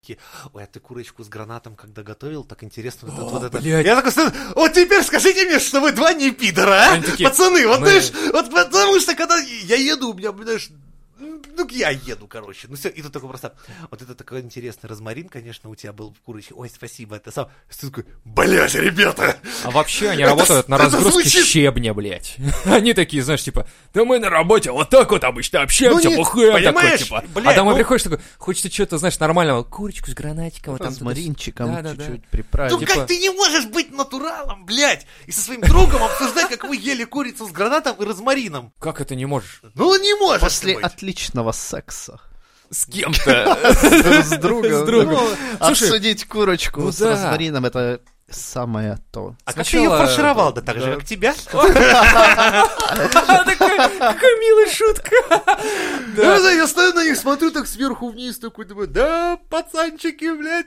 такие, ой, а ты курочку с гранатом когда готовил, так интересно вот это, О, вот это». блядь. Я такой, стою, вот теперь скажите мне, что вы два не пидора, а? Они такие, Пацаны, вот мы- знаешь, вот потому что когда я еду, у меня, знаешь, ну, я еду, короче. Ну все, и тут такой просто, вот это такой интересный розмарин, конечно, у тебя был в курочке. Ой, спасибо, это сам. И ты такой, блядь, ребята! А вообще они Это работают с- на это разгрузке звучит- щебня, блядь. Они такие, знаешь, типа, да мы на работе вот так вот обычно общаемся, Ну нет, бухаем, такой, понимаешь, типа. а блядь, домой ну- приходишь такой, хочется что-то, знаешь, нормального, курочку с гранатиком, а там Там с маринчиком Да-да-да. чуть-чуть приправить. Ну типа- как ты не можешь быть натуралом, блядь, и со своим другом обсуждать, как вы ели курицу с гранатом и розмарином? Как это не можешь? Ну не можешь После ты быть. отличного секса. С кем-то. С другом. С другом. Ну, Слушай, Обсудить курочку ну с да. розмарином, это самое то. А как ты ее Сначала- фаршировал, да так же, Да. как тебя? А, такая какая милая шутка. Ну, Да. Я стою на них, смотрю так сверху вниз, такой думаю, да, пацанчики, блядь,